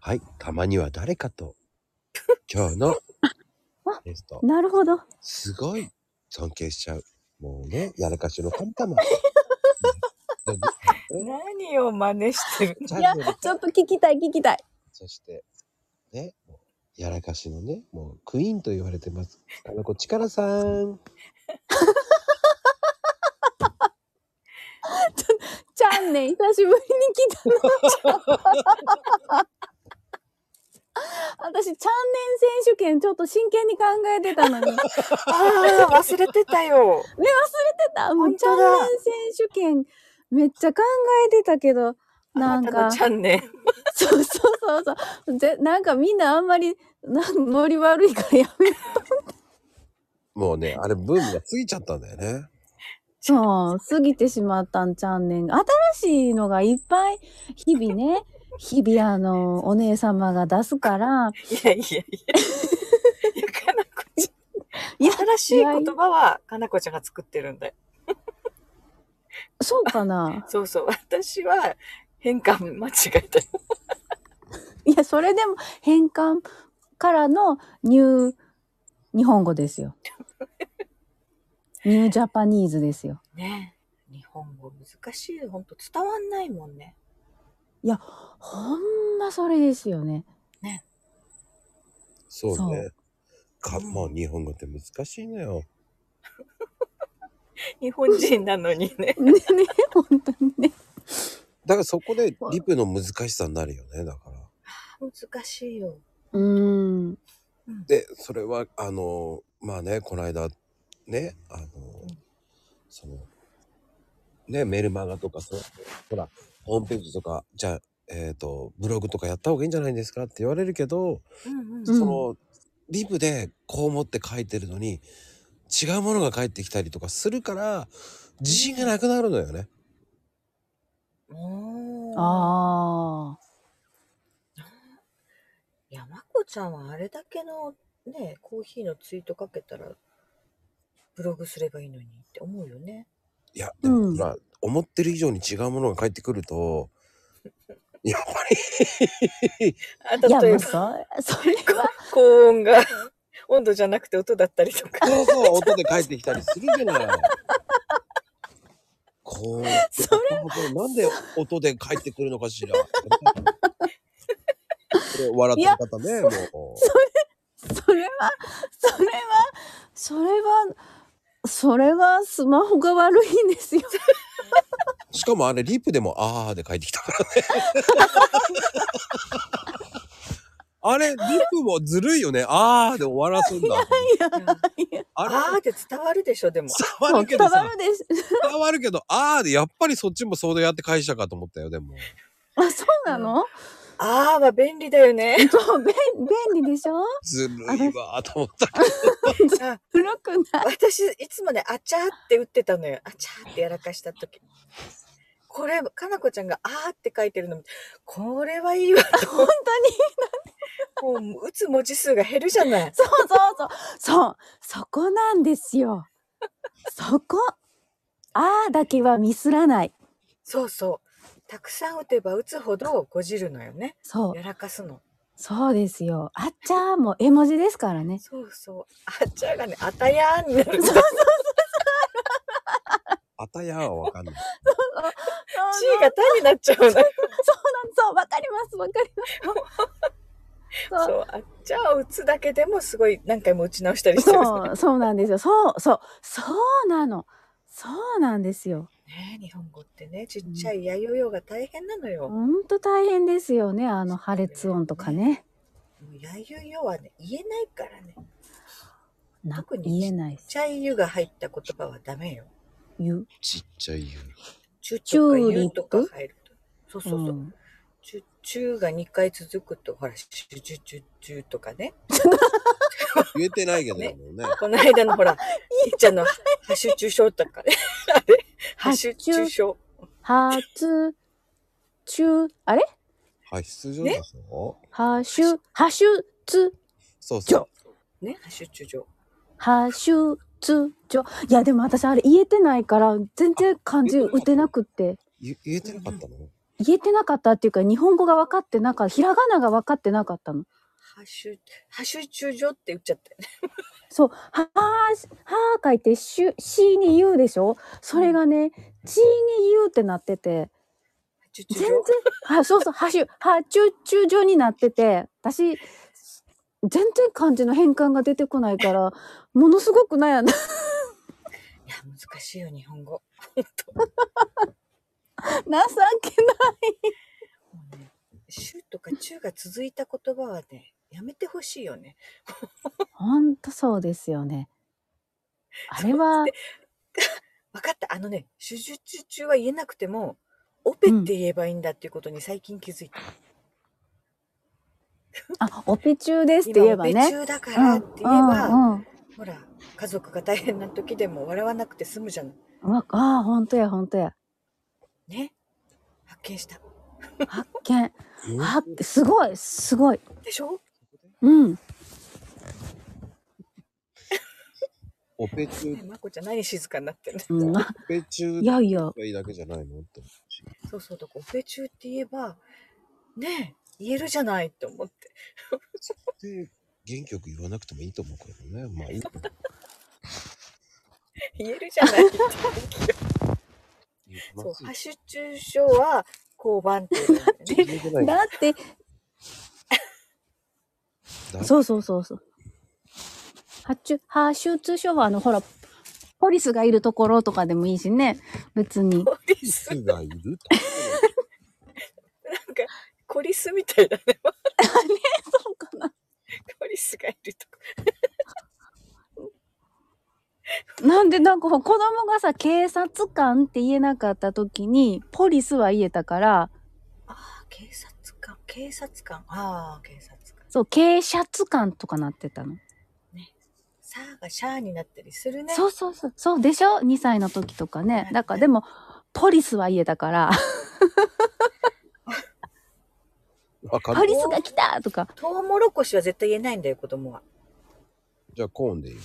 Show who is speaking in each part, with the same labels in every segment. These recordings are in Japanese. Speaker 1: はい、たまには誰かと。今日のゲスト。
Speaker 2: なるほど。
Speaker 1: すごい尊敬しちゃう。もうね、やらかしの神様。うん
Speaker 3: 何を真似してる
Speaker 1: チ
Speaker 2: い
Speaker 1: ャ
Speaker 2: や
Speaker 1: ンネル、
Speaker 2: ちょっと聞きたい、聞きたい。
Speaker 1: そして、ね、もうやらかしのね、もうクイーンと言われてます。あの子、力さん。
Speaker 2: チャンネル久しぶりに来たな。私、チャンネル選手権ちょっと真剣に考えてたのに。出
Speaker 3: ああ、忘れてたよ。
Speaker 2: たもう
Speaker 3: 本
Speaker 2: チャ
Speaker 3: 当
Speaker 2: ン
Speaker 3: だ
Speaker 2: ネル選手権めっちゃ考えてたけど、なん
Speaker 3: あなた
Speaker 2: か
Speaker 3: の、チャンネル。
Speaker 2: そうそうそうそうぜ。なんかみんなあんまり、なんノリ悪いからやめよ
Speaker 1: もうね、あれ、ブームが過ぎちゃったんだよね。
Speaker 2: う。もう過ぎてしまったん、チャンネルが。新しいのがいっぱい、日々 ね、日々あの、お姉様が出すから、
Speaker 3: いやいやいや。いや、かなこち
Speaker 2: いや
Speaker 3: ゃん。新しい言葉は、かなこちゃんが作ってるんだよ。
Speaker 2: そうかな
Speaker 3: そうそう。私は、変換間違えたよ。
Speaker 2: いや、それでも変換からのニュー日本語です よ。ニュージャパニーズですよ。
Speaker 3: ねえ日本語難しい。ほんと伝わんないもんね。
Speaker 2: ほんまそれですよね。
Speaker 1: そうね。
Speaker 3: そ
Speaker 1: か
Speaker 3: う
Speaker 1: もう日本語って難しいのよ。
Speaker 3: 日本人なのにね。
Speaker 2: ねね、 本当にね。
Speaker 1: だからそこでリプの難しさになるよね、だから。
Speaker 3: 難しいよ。
Speaker 2: うーん。
Speaker 1: で、それは、あの、まあね、この間、ね、あの
Speaker 3: ん、
Speaker 1: その、ね、メルマガとか、そうほら、ホームページとか、じゃあ、えっ、と、ブログとかやった方がいいんじゃないですかって言われるけど、
Speaker 3: うん
Speaker 2: うん
Speaker 1: その、リプでこう思って書いてるのに、違うものが返ってきたりとかするから、自信がなくなるのよね。
Speaker 3: うん。あ。
Speaker 2: ああ。
Speaker 3: いや、まこちゃんはあれだけのね、コーヒーのツイートかけたら、ブログすればいいのにって思うよね。
Speaker 1: いや、でも、
Speaker 2: うん
Speaker 1: まあ、思ってる以上に違うものが返ってくる と、やっぱり、
Speaker 3: あ
Speaker 2: いや、も
Speaker 3: 例え
Speaker 2: う
Speaker 3: ば、
Speaker 2: それ、それは。
Speaker 3: 高音が温度じゃなくて音だったりとか。
Speaker 1: そうそう、音で返ってきたりするじゃない。こう、
Speaker 2: そ
Speaker 1: なんで音で返ってくるのかしら。これ笑ってる方ね、もう。
Speaker 2: それは、それは、それは、それはスマホが悪いんですよ。
Speaker 1: しかもあれ、リップでも、あーで返ってきたからね。あれ、リップもずるいよね。あーで終わらすんだ。あれ、
Speaker 3: あーって伝わるでしょ、でも。
Speaker 1: 伝わるけ
Speaker 2: 伝
Speaker 1: ど
Speaker 2: わ
Speaker 1: さ、
Speaker 2: るです。
Speaker 1: 伝わるけど、あーで、やっぱりそっちもそうでやって返したかと思ったよ、でも。
Speaker 2: あ、そうなの、
Speaker 3: あーは便利だよね。
Speaker 2: そう、便便利でしょ
Speaker 1: ずるいわーと思った。
Speaker 3: あ
Speaker 2: 古く ない。
Speaker 3: 私、いつもね、あちゃーって打ってたのよ。あちゃーってやらかした時。これ、かなこちゃんがあーって書いてるの見て、これはいいわ。
Speaker 2: 本当に。
Speaker 3: もう打つ文字数が減るじゃない。
Speaker 2: そうそうそう。そう、そこなんですよ。そこ。あーだけはミスらない。
Speaker 3: そうそう。たくさん打てば打つほどこじるのよね。
Speaker 2: そう、
Speaker 3: やらかすの。
Speaker 2: そうですよ。あっちゃーも絵文字ですからね。
Speaker 3: そうそう。あっちゃーがね、あたやーになる。
Speaker 1: あたやーはわかんない。
Speaker 3: C がたになっちゃうの。
Speaker 2: そう、わかります、わかります。そう
Speaker 3: そう。あっちゃーを打つだけでもすごい何回も打ち直したりしてる。
Speaker 2: そう、そうなんですよ。そう、そう、そうなの。そうなんですよ。
Speaker 3: ねえ日本語ってね、ちっちゃいやよよが大変なのよ。
Speaker 2: ほんと大変ですよね。あの破裂音とかね。
Speaker 3: もうやゆよはね、言えないからね。
Speaker 2: な
Speaker 3: 特に
Speaker 2: 言えない。
Speaker 3: ちゃいゆが入った言葉はダメよ。
Speaker 2: 言う。
Speaker 1: ちっちゃいよ。
Speaker 3: ちゅとか
Speaker 2: チューリ
Speaker 3: ゆ
Speaker 2: ッ
Speaker 3: と
Speaker 2: プ
Speaker 3: か入ると。そうそうそうう。
Speaker 2: ん
Speaker 3: ちゅちゅが2回続くと、ほら、ちゅちゅちゅちゅとかね。
Speaker 1: 言えてないけどね
Speaker 3: ね。
Speaker 1: もうね
Speaker 3: この間のほら、いっちゃんのハシュ中症と かね。あれハシュ中症。
Speaker 2: 発、中、あれ
Speaker 1: はい、出場でしょ、
Speaker 2: ハシュ、ハシュツ、
Speaker 1: そうそう。
Speaker 3: ね、ハシュ中症。
Speaker 2: ハシュツ、ジョ。いや、でも私あれ言えてないから、全然漢字打てなくって。
Speaker 1: ゆ言えてなかったの、
Speaker 2: 言えてなかったっていうか、日本語が分かってなかった、ひらがなが分かってなかったの。
Speaker 3: ハッシュ、ハッシュ中所って言っちゃったよね。
Speaker 2: そう、はー、はー書いて、しゅ、しに言うでしょそれがね、ちに言うってなってて、
Speaker 3: ハッシュ
Speaker 2: 全
Speaker 3: 中
Speaker 2: 然
Speaker 3: 所。、
Speaker 2: あ、そうそう、はしゅ、は、ちゅ、ちゅ状になってて、私、全然漢字の変換が出てこないから、ものすごく悩んだ。
Speaker 3: いや、難しいよ、日本語。
Speaker 2: 情けない。
Speaker 3: もうね、州とか中が続いた言葉はね、やめてほしいよね。
Speaker 2: ほんとそうですよね。あれは、
Speaker 3: 分かった。あのね、手術中は言えなくても、オペって言えばいいんだっていうことに最近気づいた。
Speaker 2: あ、オペ中ですって言え
Speaker 3: 今、
Speaker 2: ば
Speaker 3: オペ
Speaker 2: ね。
Speaker 3: 中だか
Speaker 2: う
Speaker 3: ら
Speaker 2: ん、
Speaker 3: って言え
Speaker 2: う
Speaker 3: ば、
Speaker 2: んうん
Speaker 3: ほら、家族が大変な時でも笑わなくて済むじゃん。
Speaker 2: うわああ、ほんとや、ほんとや。
Speaker 3: ね。発見した。
Speaker 2: 発見。
Speaker 1: うん
Speaker 2: は、すごい、すごい。
Speaker 3: でしょ
Speaker 2: うん。
Speaker 1: オペ中、
Speaker 3: ねまこちゃん何静かになってるね。
Speaker 2: うん、
Speaker 1: オペ中
Speaker 2: いやいや、
Speaker 1: がいいだけじゃないのって思うし。
Speaker 3: そうそう、だからオペ中って言えば、ねえ、言えるじゃないって思って。
Speaker 1: で、元気よく言わなくてもいいと思うけどね。まあいい。
Speaker 3: 言えるじ ゃないって。そう、
Speaker 1: 言
Speaker 3: ハシュ中症は交番って言うんだよ ね。
Speaker 1: えてない
Speaker 2: だって、
Speaker 1: だ
Speaker 2: そうそうそうそう。発注、発注通称はあの、ほら、ポリスがいるところとかでもいいしね。別に。
Speaker 3: ポリス、
Speaker 1: スがいる
Speaker 3: なんか、コリスみたいだね。
Speaker 2: そうかな。
Speaker 3: コリスがいるとか。
Speaker 2: なんで、なんか子供がさ、警察官って言えなかった時に、ポリスは言えたから、
Speaker 3: ああ、警察官、警察官。ああ、警察官。
Speaker 2: そう、警察官とかなってたの。
Speaker 3: さあがシャーになったりするね。
Speaker 2: そうそうそう。そうでしょ ?2 歳の時とかね。だから、でも、ポリスは言えたから、
Speaker 1: わか
Speaker 2: ポ
Speaker 1: る。
Speaker 2: リスが来たとか。
Speaker 3: トウモロコシは絶対言えないんだよ、子供は。
Speaker 1: じゃあコーンでいいよ。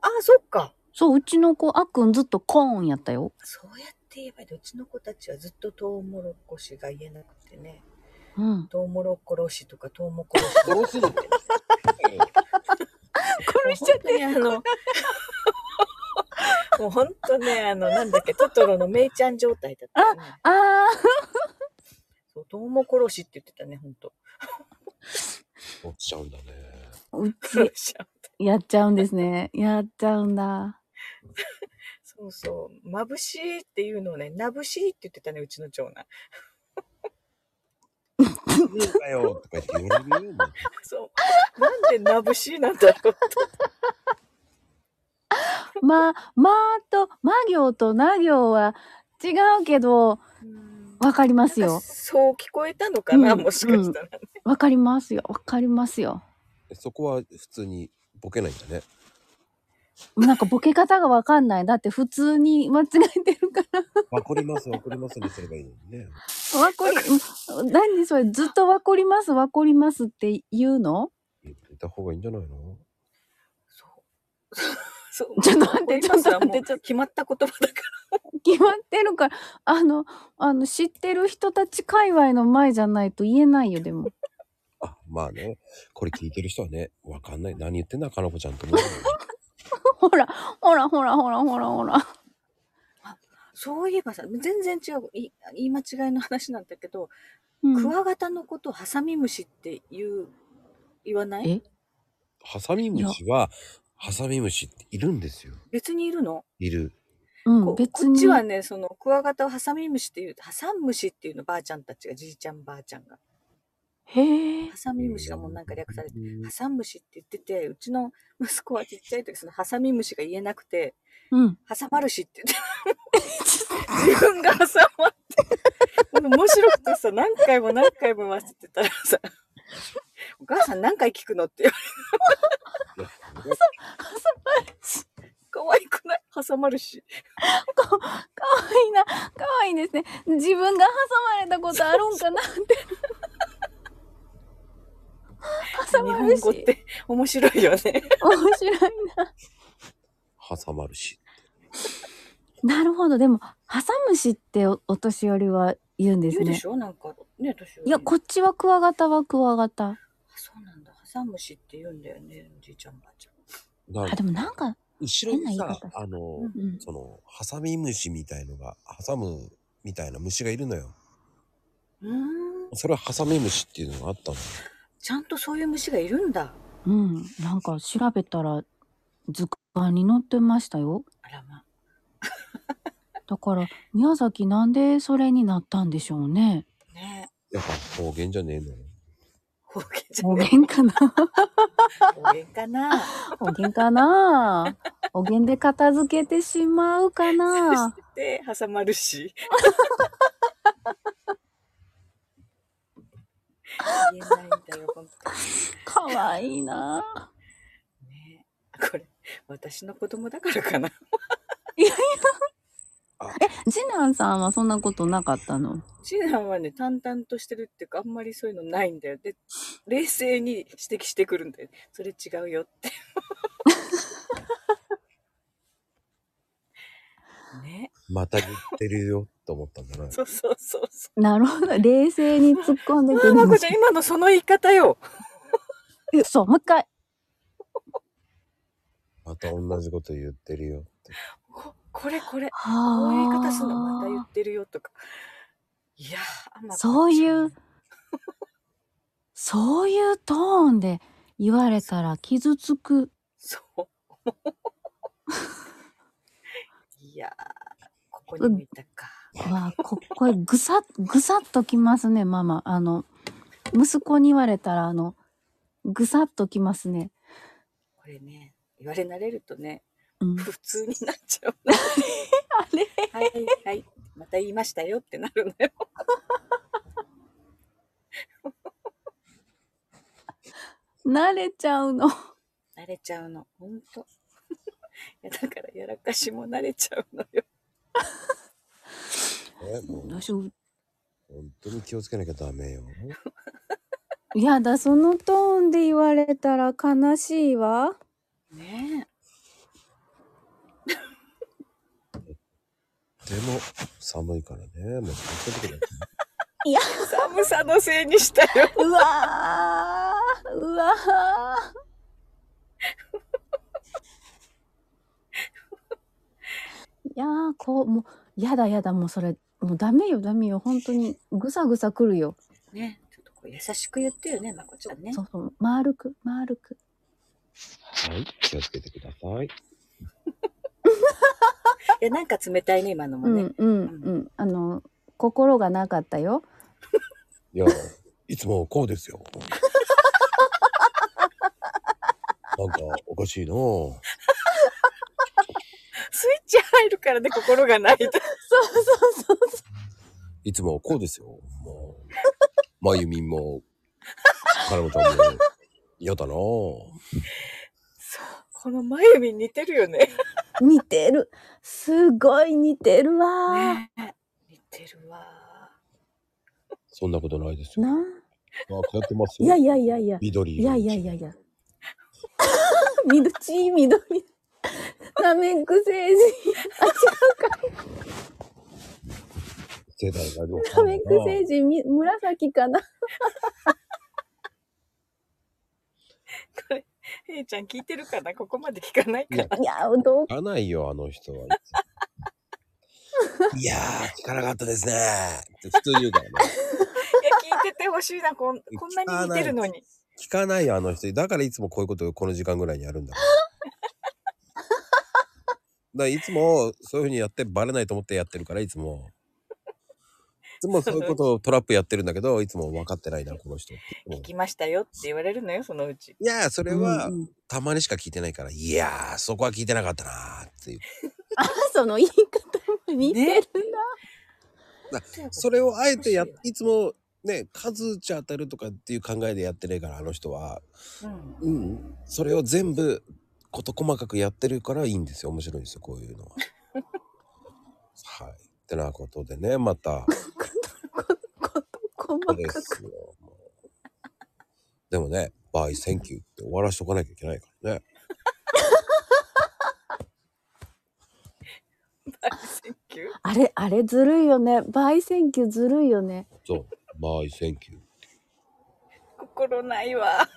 Speaker 3: ああ、そっか。
Speaker 2: そう、うちの子、あっくんずっとコーンやったよ。
Speaker 3: そうやって言えばいい。うちの子たちはずっとトウモロコシが言えなくてね。
Speaker 2: うん。
Speaker 3: トウモロコロシとかトウモコロシとか。
Speaker 1: 殺すのって。
Speaker 2: 殺
Speaker 3: 本当にあ の、もう本当ね、あの、なんだっけ、トトロのめいちゃん状態だったよね。
Speaker 2: あー。
Speaker 3: そう、トウモコロシって言ってたね、本当。
Speaker 1: 落ちちゃうんだね。
Speaker 2: う
Speaker 3: そう
Speaker 2: ち、やっちゃうんですね。やっちゃうんだ。
Speaker 3: そうそう。まぶしいっていうのをね、なぶしいって言ってたね、うちの長男。
Speaker 1: いいかよとか言って言われるよ。もう
Speaker 3: そう。なんでなぶしいなんだろうと。
Speaker 2: ま、まと、ま行とな行は違うけど、わかります
Speaker 3: なん
Speaker 2: よ
Speaker 3: か。そう聞こえたのかな、
Speaker 2: うん
Speaker 3: もしかしたら、ね
Speaker 2: わかりますよ。わかりますよ。
Speaker 1: そこは普通にボケないんだね。
Speaker 2: なんかボケ方がわかんない。だって普通に間違えてるか
Speaker 1: わかります、わかりますにすればいいのにね。
Speaker 2: ら。わかり、うん何それ、ずっとわかります、わかりますって言うの
Speaker 1: 言ってた方がいいんじゃないの
Speaker 3: そう。そう
Speaker 2: ちょっと待って
Speaker 3: これ今さ
Speaker 2: ちょっと待って
Speaker 3: もう決まった言葉だか
Speaker 2: 決まってるから、あの、あの、知ってる人たち界隈の前じゃないと言えないよ、でも。
Speaker 1: あ、まあね。これ聞いてる人はね、わかんない。何言ってんだ、かなこちゃんって思うよね。
Speaker 2: ほら、ほら、ほら、ほら、ほら、ほら。
Speaker 3: ら。そういえばさ、全然違う。い言い間違いの話なんだけど、
Speaker 2: うん
Speaker 3: クワガタのことをハサミムシって言う、言わない
Speaker 2: え
Speaker 1: ハサミムシは、ハサミムシっているんですよ。
Speaker 3: 別にいるの、
Speaker 1: いる。
Speaker 2: う
Speaker 3: こ
Speaker 2: ん、
Speaker 3: こ
Speaker 2: 別
Speaker 3: っ
Speaker 2: に
Speaker 3: ち。はね、そのクワガタをハサミムシって言う、ハサンムシっていうの、ばあちゃんたちが、じいちゃんばあちゃんが。
Speaker 2: へえ。
Speaker 3: ハサミムシがもうなんか略されて、ハサンムシって言ってて、うちの息子はちっちゃい時、そのハサミムシが言えなくて、
Speaker 2: うん。
Speaker 3: ハサマルシって言って、自分がハサまって、面白くてさ、何回も何回も忘れてたらさ、お母さん何回聞くのって言われ
Speaker 1: いや
Speaker 3: て、可愛くないハサマルシ。
Speaker 2: かわいいな。かわいいですね。自分が挟まれたことあるんかなって。
Speaker 3: 日
Speaker 2: 挟ま
Speaker 3: 本
Speaker 2: るし。
Speaker 3: 語って面白いよね。
Speaker 2: 面白い
Speaker 1: ハサマルシ。
Speaker 2: な。なるほど。でも、挟むしっておお年寄りは言うんです
Speaker 3: 言うで
Speaker 2: ね
Speaker 3: し。ょなんか、ね、年寄り
Speaker 2: いや、こっちはクワガタはクワガタ。
Speaker 3: あそうなんだ。ハサムシって言うんだよね、おじいちゃんばあちゃん。
Speaker 1: な
Speaker 2: あ、でもなんか、
Speaker 1: 後ろに
Speaker 2: 変な
Speaker 1: さ
Speaker 2: 言い、方
Speaker 1: あの、
Speaker 3: うん
Speaker 2: うん、
Speaker 1: その、ハサミムシみたいのが、挟むみたいな虫がいるのよ。
Speaker 3: うーん。
Speaker 1: それはハサミムシっていうのがあったの。
Speaker 3: ちゃんとそういう虫がいるんだ。
Speaker 2: うん、なんか調べたら図鑑に載ってましたよ。
Speaker 3: あらま。
Speaker 2: だから宮崎なんでそれになったんでしょうね。
Speaker 3: ねえ。
Speaker 1: やっぱ方言じゃねえのよ。
Speaker 3: 方言じゃ
Speaker 2: おげんかな。
Speaker 3: 方言かな。
Speaker 2: おげんかな。おげんで片付けてしまうか
Speaker 3: そ
Speaker 2: な
Speaker 3: し。て、挟まるし。言えないんだよ、本 当
Speaker 2: かわいいな。
Speaker 3: にね。これ、私の子供だからかな。
Speaker 2: 次男さんはそんなことなかったの。
Speaker 3: 次男はね、淡々としてるっていうか、あんまりそういうのないんだよ。で、冷静に指摘してくるんだよ。それ違う よって。ね、
Speaker 1: また言ってるよって思ったんじゃない
Speaker 3: そうそうそうそ
Speaker 2: なるほど。冷静に突っ込んで
Speaker 3: う。
Speaker 2: く
Speaker 3: あ
Speaker 2: る
Speaker 3: ま
Speaker 2: の
Speaker 3: こちゃん、今のその言い方よ。
Speaker 2: えそう、もう一回。
Speaker 1: また同じこと言ってるよって。
Speaker 3: ここれこれ。こ
Speaker 2: こ
Speaker 3: ういう言い方するのまた言ってるよとか。いやー、まあ
Speaker 2: そういう。そういうトーンで言われたら傷つく。
Speaker 3: そう。いやー、ここにもいたか。
Speaker 2: うわこ、これぐさっ、ぐさっときますね、ママ。あの、息子に言われたら、あの、ぐさっときますね。
Speaker 3: これね、言われ慣れるとね、
Speaker 2: うん、
Speaker 3: 普通になっちゃう の。
Speaker 2: あれ
Speaker 3: はいはい、また言いましたよってなるのよ。
Speaker 2: 慣れちゃうの。
Speaker 3: 慣れちゃうの、ほんと。いやだからやらかしも慣れちゃうのよ。
Speaker 1: ね、もう、
Speaker 2: 私う
Speaker 1: 本当に気をつけなきゃダメよ。
Speaker 2: やだ、そのトーンで言われたら悲しいわ。
Speaker 3: ね
Speaker 1: でも、寒いからね。もう、気をつけてください。
Speaker 3: え、寒さのせいにしたよ。
Speaker 2: うわーうわーいやーこうもうやだやだもうそれもうダメよダメよ本当にぐさぐさくるよ
Speaker 3: ねちょっとこう優しく言ってよね、まこちゃんね。
Speaker 2: そうそう丸く丸く
Speaker 1: はい、気をつけてください。
Speaker 3: いや、なんか冷たいね、今のも
Speaker 2: う
Speaker 3: ね。
Speaker 2: んうんうんあの心がなかったよ
Speaker 1: いや、いつもこうですよ。なんか、おかしいなぁ。
Speaker 3: スイッチ入るからね、心が ないと。
Speaker 1: いつもこうですよ。もう、まゆみんも、カラムちゃんも、嫌だなぁ。
Speaker 3: この眉に似てるよね。
Speaker 2: 似てるすごい似てるわ
Speaker 3: 似てるわ。
Speaker 1: そんなことないです
Speaker 2: ー
Speaker 1: よ。
Speaker 2: な
Speaker 1: あ、通ってます
Speaker 2: い
Speaker 1: よ。
Speaker 2: やいやいやいや
Speaker 1: 緑
Speaker 2: い
Speaker 1: 色
Speaker 2: や
Speaker 1: の
Speaker 2: いやいやい や。みどちみどり。なめく星人。あ、違
Speaker 1: 世代がどう
Speaker 2: うか。なめく星人、み紫かな。
Speaker 3: これ、へいちゃん聞いてるかなここまで聞かないか
Speaker 1: いや
Speaker 3: ら。
Speaker 2: いや、どう
Speaker 1: 聞かないよ、あの人は。 いやー、聞かなかったですね。って普通に言うからね。
Speaker 3: いや、聞いててほしいな。こんこんなに似てるのに。
Speaker 1: 聞かないよ、あの人。だからいつもこういうことをこの時間ぐらいにやるんだから。だからいつもそういうふうにやってバレないと思ってやってるから、いつも。いつもそういうことをトラップやってるんだけど、いつも分かってないな、この人。うん
Speaker 3: 聞きましたよって言われるのよ、そのうち。
Speaker 1: いやー、それは
Speaker 2: うんうん
Speaker 1: たまにしか聞いてないから、いやー、そこは聞いてなかったなーっていう。
Speaker 2: あ、その言い方も似てる
Speaker 1: それをあえてや、いつもね、数打ち当たるとかっていう考えでやってないから、あの人は。
Speaker 3: うん
Speaker 1: うん。それを全部、こと細かくやってるからいいんですよ。面白いんですよ、こういうのは。はい。ってなことでね、また、
Speaker 2: な。こ、こと、細
Speaker 1: こ
Speaker 2: か
Speaker 1: こで
Speaker 2: く。
Speaker 1: すよ。もうでもね、バイセンキューって終わらしとかなきゃいけないからね。
Speaker 3: 大選挙
Speaker 2: あれ、あれずるいよね。焙煎機ずるいよね。
Speaker 1: そう。バイ、センキュー。
Speaker 3: 心ないわ。